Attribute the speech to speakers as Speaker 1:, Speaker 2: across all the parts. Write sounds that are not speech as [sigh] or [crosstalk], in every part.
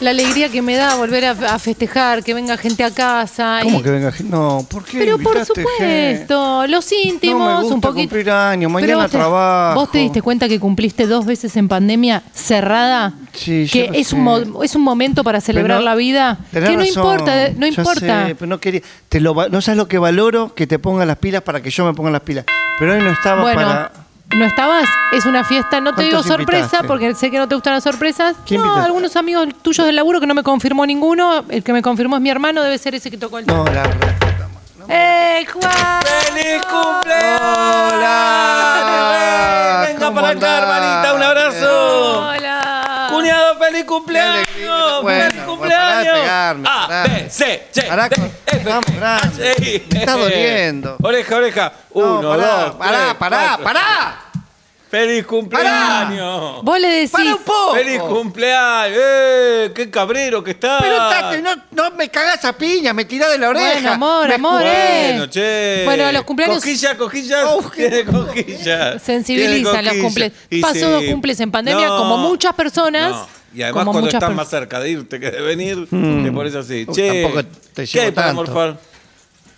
Speaker 1: La alegría que me da volver a, a festejar, que venga gente a casa.
Speaker 2: ¿Cómo
Speaker 1: y-
Speaker 2: que venga gente? No, ¿por qué
Speaker 1: Pero por
Speaker 2: invitaste gente?
Speaker 1: supuesto, los
Speaker 2: No
Speaker 1: íntimos,
Speaker 2: me gusta
Speaker 1: un poquito.
Speaker 2: cumplir años,
Speaker 1: Pero
Speaker 2: mañana
Speaker 1: vos te-
Speaker 2: trabajo.
Speaker 1: ¿Vos te diste cuenta que cumpliste dos veces en pandemia cerrada?
Speaker 2: Sí, ya
Speaker 1: que
Speaker 2: lo
Speaker 1: es
Speaker 2: sé.
Speaker 1: un, mo- es un momento para celebrar
Speaker 2: Pero no-
Speaker 1: la vida. Que
Speaker 2: tenés
Speaker 1: no
Speaker 2: razón,
Speaker 1: importa, eh, no
Speaker 2: ya
Speaker 1: importa.
Speaker 2: sé, pero no, quería, te lo, va- no sabes lo que valoro que te pongas las pilas para que yo me ponga las pilas. Pero hoy no estaba
Speaker 1: bueno,
Speaker 2: para.
Speaker 1: ¿no estabas? Es una fiesta, no te digo
Speaker 2: ¿Cuántos
Speaker 1: sorpresa,
Speaker 2: invitaste?
Speaker 1: porque sé que no te gustan las sorpresas.
Speaker 2: ¿Quién
Speaker 1: no,
Speaker 2: invitaste?
Speaker 1: algunos amigos tuyos del laburo que no me confirmó ninguno. El que me confirmó es mi hermano, debe ser ese que tocó el
Speaker 2: No, la
Speaker 1: ¡Eh, Juan!
Speaker 3: ¡Feliz cumpleaños!
Speaker 2: ¡Hola!
Speaker 3: Venga
Speaker 2: Ah, ¿Cómo
Speaker 3: para acá,
Speaker 2: andás?
Speaker 3: hermanita, un abrazo.
Speaker 1: ¡Hola!
Speaker 3: Cuñado, feliz
Speaker 2: Eh, Qué
Speaker 3: cumpleaños.
Speaker 2: alegría. Bueno,
Speaker 3: feliz
Speaker 2: bueno, pará de
Speaker 3: cumpleaños.
Speaker 2: pegarme,
Speaker 3: A,
Speaker 2: pará.
Speaker 3: B, C, C,
Speaker 2: Pará,
Speaker 3: D,
Speaker 2: con-
Speaker 3: F,
Speaker 2: estamos
Speaker 3: G,
Speaker 2: grandes.
Speaker 3: H, I.
Speaker 2: Me está doliendo.
Speaker 3: Oreja, oreja.
Speaker 2: No,
Speaker 3: Uno,
Speaker 2: pará,
Speaker 3: dos,
Speaker 2: pará,
Speaker 3: tres,
Speaker 2: pará,
Speaker 3: cuatro.
Speaker 2: pará.
Speaker 3: ¡Feliz cumpleaños!
Speaker 1: Vos le decís.
Speaker 2: Pará un poco.
Speaker 3: ¡Feliz cumpleaños! ¡Eh! ¡Qué cabrero que está!
Speaker 2: Pero tate, no, no me cagás a piña, me tirás de la oreja.
Speaker 1: Bueno, amor,
Speaker 2: me
Speaker 1: amor,
Speaker 2: escupís.
Speaker 1: eh.
Speaker 3: Bueno, che.
Speaker 1: Bueno, los cumpleaños-
Speaker 3: Cosquillas, cosquillas.
Speaker 2: Uf, Oh, qué
Speaker 3: tiene cosquillas.
Speaker 1: Sensibilizan
Speaker 3: Tiene
Speaker 1: los cumples.
Speaker 3: cosquillas. Y
Speaker 1: Pasó
Speaker 3: sí.
Speaker 1: dos cumples en pandemia, como muchas personas,
Speaker 3: No. Y además
Speaker 1: como
Speaker 3: cuando
Speaker 1: muchas
Speaker 3: estás
Speaker 1: per-
Speaker 3: más cerca de irte que de venir, te pones así.
Speaker 2: Uf,
Speaker 3: che,
Speaker 2: Mm. tampoco te
Speaker 3: ¿qué
Speaker 2: llevo
Speaker 3: hay para
Speaker 2: tanto.
Speaker 3: morfar?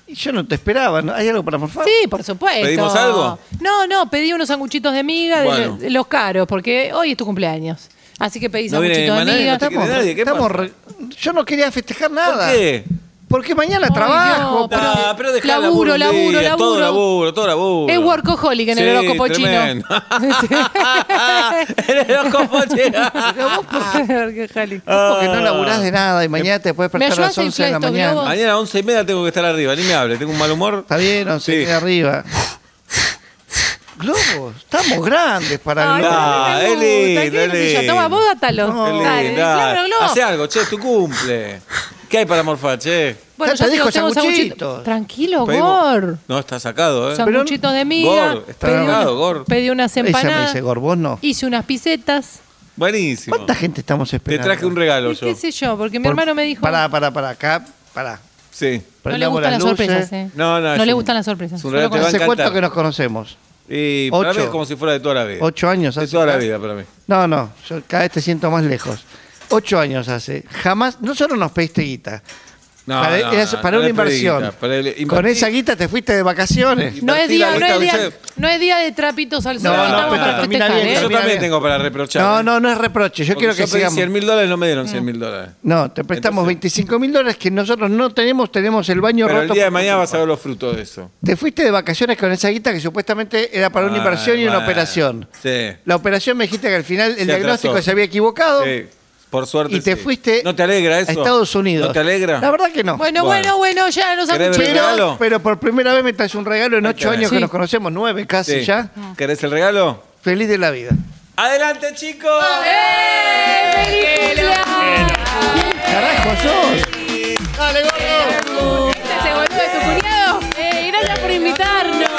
Speaker 2: Y Yo no te esperaba, ¿no? ¿hay algo para morfar?
Speaker 1: Sí, por supuesto.
Speaker 3: ¿Pedimos algo?
Speaker 1: No, no, pedí unos sanguchitos de miga, de-
Speaker 3: Bueno.
Speaker 1: de los caros, porque hoy es tu cumpleaños. Así que pedí
Speaker 3: No viene
Speaker 1: sanguchitos de
Speaker 3: Manuel,
Speaker 1: miga.
Speaker 3: no te
Speaker 2: Estamos,
Speaker 3: quiere nadie, ¿qué
Speaker 2: estamos
Speaker 3: pasa?
Speaker 2: re- yo no quería festejar nada.
Speaker 3: ¿Por qué?
Speaker 2: Porque mañana
Speaker 1: Ay,
Speaker 2: trabajo.
Speaker 1: no, pero-
Speaker 3: Ah, pero dejá el
Speaker 1: laburo,
Speaker 3: un
Speaker 1: laburo,
Speaker 3: día, Todo
Speaker 1: laburo.
Speaker 3: laburo, todo laburo.
Speaker 1: Es workaholic en el
Speaker 3: Sí,
Speaker 1: horóscopo chino. [laughs]
Speaker 3: tremendo. en el horóscopo chino.
Speaker 1: Qué jali.
Speaker 2: Porque no laburás de nada y mañana te puedes despertar a
Speaker 1: ayudás
Speaker 2: las
Speaker 1: a
Speaker 2: 11 de la
Speaker 1: inflar estos
Speaker 2: mañana.
Speaker 1: globos?
Speaker 3: Mañana a 11 y media tengo que estar arriba, ni me hable, tengo un mal humor.
Speaker 2: Está bien, 11
Speaker 3: Sí.
Speaker 2: de arriba. Globos, estamos grandes para el
Speaker 1: Ay,
Speaker 3: no.
Speaker 2: globo.
Speaker 3: Ah,
Speaker 1: me
Speaker 3: es
Speaker 1: gusta,
Speaker 3: lindo,
Speaker 1: qué
Speaker 3: es
Speaker 1: sé yo.
Speaker 3: lindo.
Speaker 1: Toma, vos dátalo.
Speaker 3: Qué lindo,
Speaker 1: Dale,
Speaker 3: dale.
Speaker 1: claro, globo.
Speaker 3: Hace algo, che, es tu cumple. ¿Qué hay para morfar, che?
Speaker 1: Bueno,
Speaker 2: Ya
Speaker 1: yo
Speaker 2: te dijo
Speaker 1: tengo sanguchitos.
Speaker 2: sanguchitos.
Speaker 1: Tranquilo,
Speaker 3: Pedimos-
Speaker 1: Gor.
Speaker 3: No, está sacado, ¿eh?
Speaker 1: Sanguchitos de miga.
Speaker 3: Gor, está
Speaker 1: pedí
Speaker 3: drogado,
Speaker 1: una-
Speaker 3: Gor.
Speaker 1: Pedí unas
Speaker 2: Ella me
Speaker 1: empanadas.
Speaker 2: dice, Gorbón, no.
Speaker 1: Hice unas pisetas.
Speaker 3: Buenísimo.
Speaker 2: ¿Cuánta gente estamos
Speaker 3: Te
Speaker 2: esperando?
Speaker 3: traje un regalo
Speaker 1: ¿Y
Speaker 3: yo.
Speaker 1: qué sé yo? Porque mi hermano me dijo.
Speaker 2: Pará, pará, pará, acá, pará.
Speaker 3: Sí.
Speaker 1: no le
Speaker 2: Prendamos
Speaker 1: gustan las,
Speaker 2: luces.
Speaker 1: sorpresas, ¿eh?
Speaker 3: No, no, es
Speaker 1: le
Speaker 3: un-
Speaker 1: gustan las sorpresas.
Speaker 3: es un
Speaker 1: Yo lo
Speaker 3: regalo, te va a
Speaker 1: conozco.
Speaker 2: ¿Hace cuánto
Speaker 3: encantar.
Speaker 2: que nos conocemos?
Speaker 3: Y para
Speaker 2: Ocho.
Speaker 3: mí es como si fuera de toda la vida.
Speaker 2: Ocho años
Speaker 3: De
Speaker 2: hace.
Speaker 3: toda la vida para mí.
Speaker 2: No, no, yo cada vez te siento más lejos. Ocho años hace. Jamás, no solo nos pediste guita.
Speaker 3: No,
Speaker 2: para
Speaker 3: no,
Speaker 2: era-
Speaker 3: no,
Speaker 2: para
Speaker 3: no
Speaker 2: una
Speaker 3: le pedí
Speaker 2: inversión.
Speaker 3: guita, para el-
Speaker 2: Con
Speaker 3: invertí-
Speaker 2: esa guita te fuiste de vacaciones.
Speaker 1: No es,
Speaker 3: Partí
Speaker 1: día,
Speaker 3: la
Speaker 1: no,
Speaker 3: guita,
Speaker 1: es día,
Speaker 3: ¿viste?
Speaker 1: no es día de trapitos al sol.
Speaker 2: No, no,
Speaker 1: estamos
Speaker 2: pero
Speaker 1: para
Speaker 2: termina
Speaker 1: festejar,
Speaker 2: bien,
Speaker 1: ¿eh?
Speaker 3: Yo
Speaker 2: mira,
Speaker 3: también
Speaker 2: mira.
Speaker 3: tengo para reprochar. ¿eh?
Speaker 2: No, no, no es reproche. Yo
Speaker 3: Porque
Speaker 2: quiero que
Speaker 3: pedí
Speaker 2: sigamos. Mm.
Speaker 3: 100 mil dólares, no me dieron 100 mil dólares.
Speaker 2: No, te prestamos
Speaker 3: Entonces-
Speaker 2: 25 mil dólares que nosotros no tenemos, tenemos el baño
Speaker 3: Pero
Speaker 2: roto.
Speaker 3: el día
Speaker 2: por
Speaker 3: de
Speaker 2: tu
Speaker 3: mañana
Speaker 2: culpa.
Speaker 3: vas a ver los frutos de eso.
Speaker 2: Te fuiste de vacaciones con esa guita que supuestamente era para una
Speaker 3: Ah,
Speaker 2: inversión y una
Speaker 3: bueno.
Speaker 2: operación.
Speaker 3: Sí.
Speaker 2: La operación me dijiste que al final el
Speaker 3: Se
Speaker 2: diagnóstico
Speaker 3: atrasó.
Speaker 2: se había equivocado
Speaker 3: Sí, Por suerte.
Speaker 2: y te
Speaker 3: sí.
Speaker 2: fuiste
Speaker 3: ¿No te alegra eso?
Speaker 2: a Estados Unidos.
Speaker 3: ¿No te alegra?
Speaker 2: La verdad que no.
Speaker 1: Bueno, bueno, bueno,
Speaker 3: Bueno.
Speaker 1: ya nos han
Speaker 3: ¿Querés ver el
Speaker 1: dicho.
Speaker 3: regalo?
Speaker 2: pero por primera vez me traes un regalo en ocho
Speaker 3: tenés.
Speaker 2: años
Speaker 1: Sí.
Speaker 2: que nos conocemos, nueve casi
Speaker 3: Sí. Mm.
Speaker 2: ya.
Speaker 3: ¿Querés el regalo?
Speaker 2: Feliz de la vida.
Speaker 3: ¡Adelante, chicos!
Speaker 1: ¡Eh! ¡Feliz cumpleaños!
Speaker 2: ¡Carajo sos! ¡Dale, gordo!
Speaker 1: ¿Se volvió de tu cuñado? ¡Eh, gracias por invitarnos!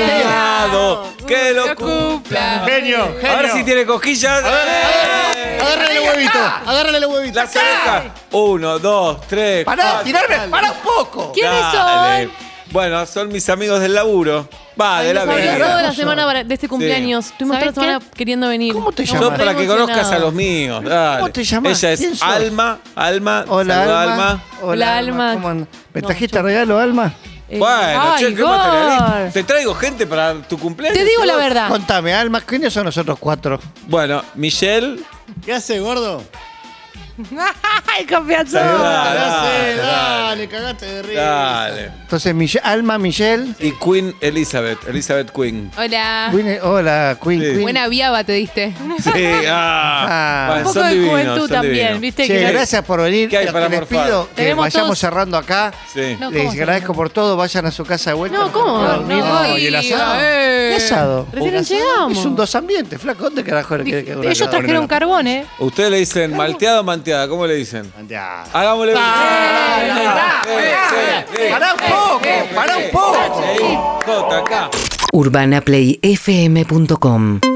Speaker 3: Cuidado, ¡Que lo
Speaker 1: ¡Que
Speaker 3: cumpla!
Speaker 1: cumpla!
Speaker 4: Genio, genio.
Speaker 3: Ahora sí tiene cosquillas. ¡Eh!
Speaker 4: Agárrale el huevito, agárrale el huevito.
Speaker 3: Las orejas. Uno, dos, tres.
Speaker 2: ¡Pará,
Speaker 3: cuatro.
Speaker 2: tirarme! ¡Pará un poco!
Speaker 1: ¿Quiénes
Speaker 3: Dale.
Speaker 1: son?
Speaker 3: Bueno, son mis amigos del laburo. Va, de la
Speaker 5: Nos habló toda
Speaker 3: vida.
Speaker 5: la semana para- de este cumpleaños. Estuvimos toda
Speaker 1: ¿Sabés
Speaker 5: la semana
Speaker 1: qué?
Speaker 5: queriendo venir.
Speaker 2: ¿Cómo te
Speaker 5: No,
Speaker 2: llamas?
Speaker 3: Yo
Speaker 5: estoy
Speaker 3: para que
Speaker 5: emocionada.
Speaker 3: conozcas a los míos. Dale.
Speaker 2: ¿Cómo te llamás?
Speaker 3: Ella
Speaker 2: ¿Quién
Speaker 3: es
Speaker 2: sos?
Speaker 3: Alma, Alma.
Speaker 2: Hola,
Speaker 3: saluda,
Speaker 2: Alma.
Speaker 5: Hola, Alma.
Speaker 2: ¿Cómo andas? ¿Me
Speaker 5: No,
Speaker 2: trajiste regalo, Alma?
Speaker 5: Eh,
Speaker 3: Bueno,
Speaker 1: Ay,
Speaker 3: che, qué
Speaker 1: Gor.
Speaker 3: materialista. Te traigo gente para tu cumpleaños.
Speaker 1: Te digo la verdad.
Speaker 2: Contame, Alma, ¿quiénes son nosotros cuatro?
Speaker 3: Bueno, Michelle.
Speaker 4: ¿Qué hace, gordo?
Speaker 1: ¡Ay, confianza!
Speaker 3: Saludá,
Speaker 4: ¿Qué hace?
Speaker 3: dale, dale.
Speaker 4: Dale, cagaste de risa.
Speaker 3: Dale.
Speaker 2: Entonces, Miche- Alma, Michelle.
Speaker 3: Y Queen Elizabeth, Elizabeth
Speaker 1: [laughs]
Speaker 3: Queen.
Speaker 5: Hola.
Speaker 2: Queen- hola, Queen,
Speaker 3: Sí.
Speaker 2: Queen.
Speaker 5: Ah. Buena viaba te diste.
Speaker 3: Sí, ah.
Speaker 2: Ah.
Speaker 1: Un
Speaker 3: Bueno,
Speaker 1: poco
Speaker 3: son
Speaker 1: de
Speaker 3: divinos,
Speaker 1: juventud
Speaker 3: son
Speaker 1: también,
Speaker 3: divinos.
Speaker 1: ¿viste?
Speaker 2: Che,
Speaker 1: que
Speaker 2: gracias por venir.
Speaker 3: ¿Qué hay
Speaker 2: Lo
Speaker 3: para
Speaker 2: que les
Speaker 3: morfar?
Speaker 2: pido que
Speaker 1: Tenemos
Speaker 2: vayamos
Speaker 1: todos-
Speaker 2: cerrando acá.
Speaker 3: Sí.
Speaker 1: No, ¿cómo
Speaker 2: les
Speaker 1: se
Speaker 2: agradezco por todo. Vayan a su casa de vuelta.
Speaker 5: No, ¿cómo?
Speaker 2: pueden dormir.
Speaker 5: No,
Speaker 4: No, y el asado.
Speaker 2: ¿Qué asado?
Speaker 5: Recién llegamos.
Speaker 2: Es un dos ambientes, flaco. ¿Dónde carajo le querés que haga
Speaker 1: Ellos
Speaker 2: una-
Speaker 1: trajeron carbón, ¿eh?
Speaker 3: Ustedes le dicen malteado o manteada, ¿cómo le dicen?
Speaker 4: Andá.
Speaker 3: Hagámosle un.
Speaker 2: pará,
Speaker 3: Sí, sí, sí.
Speaker 2: Pará un poco, pará un poco.
Speaker 3: Sí, J, acá.
Speaker 6: urbanaplayfm.com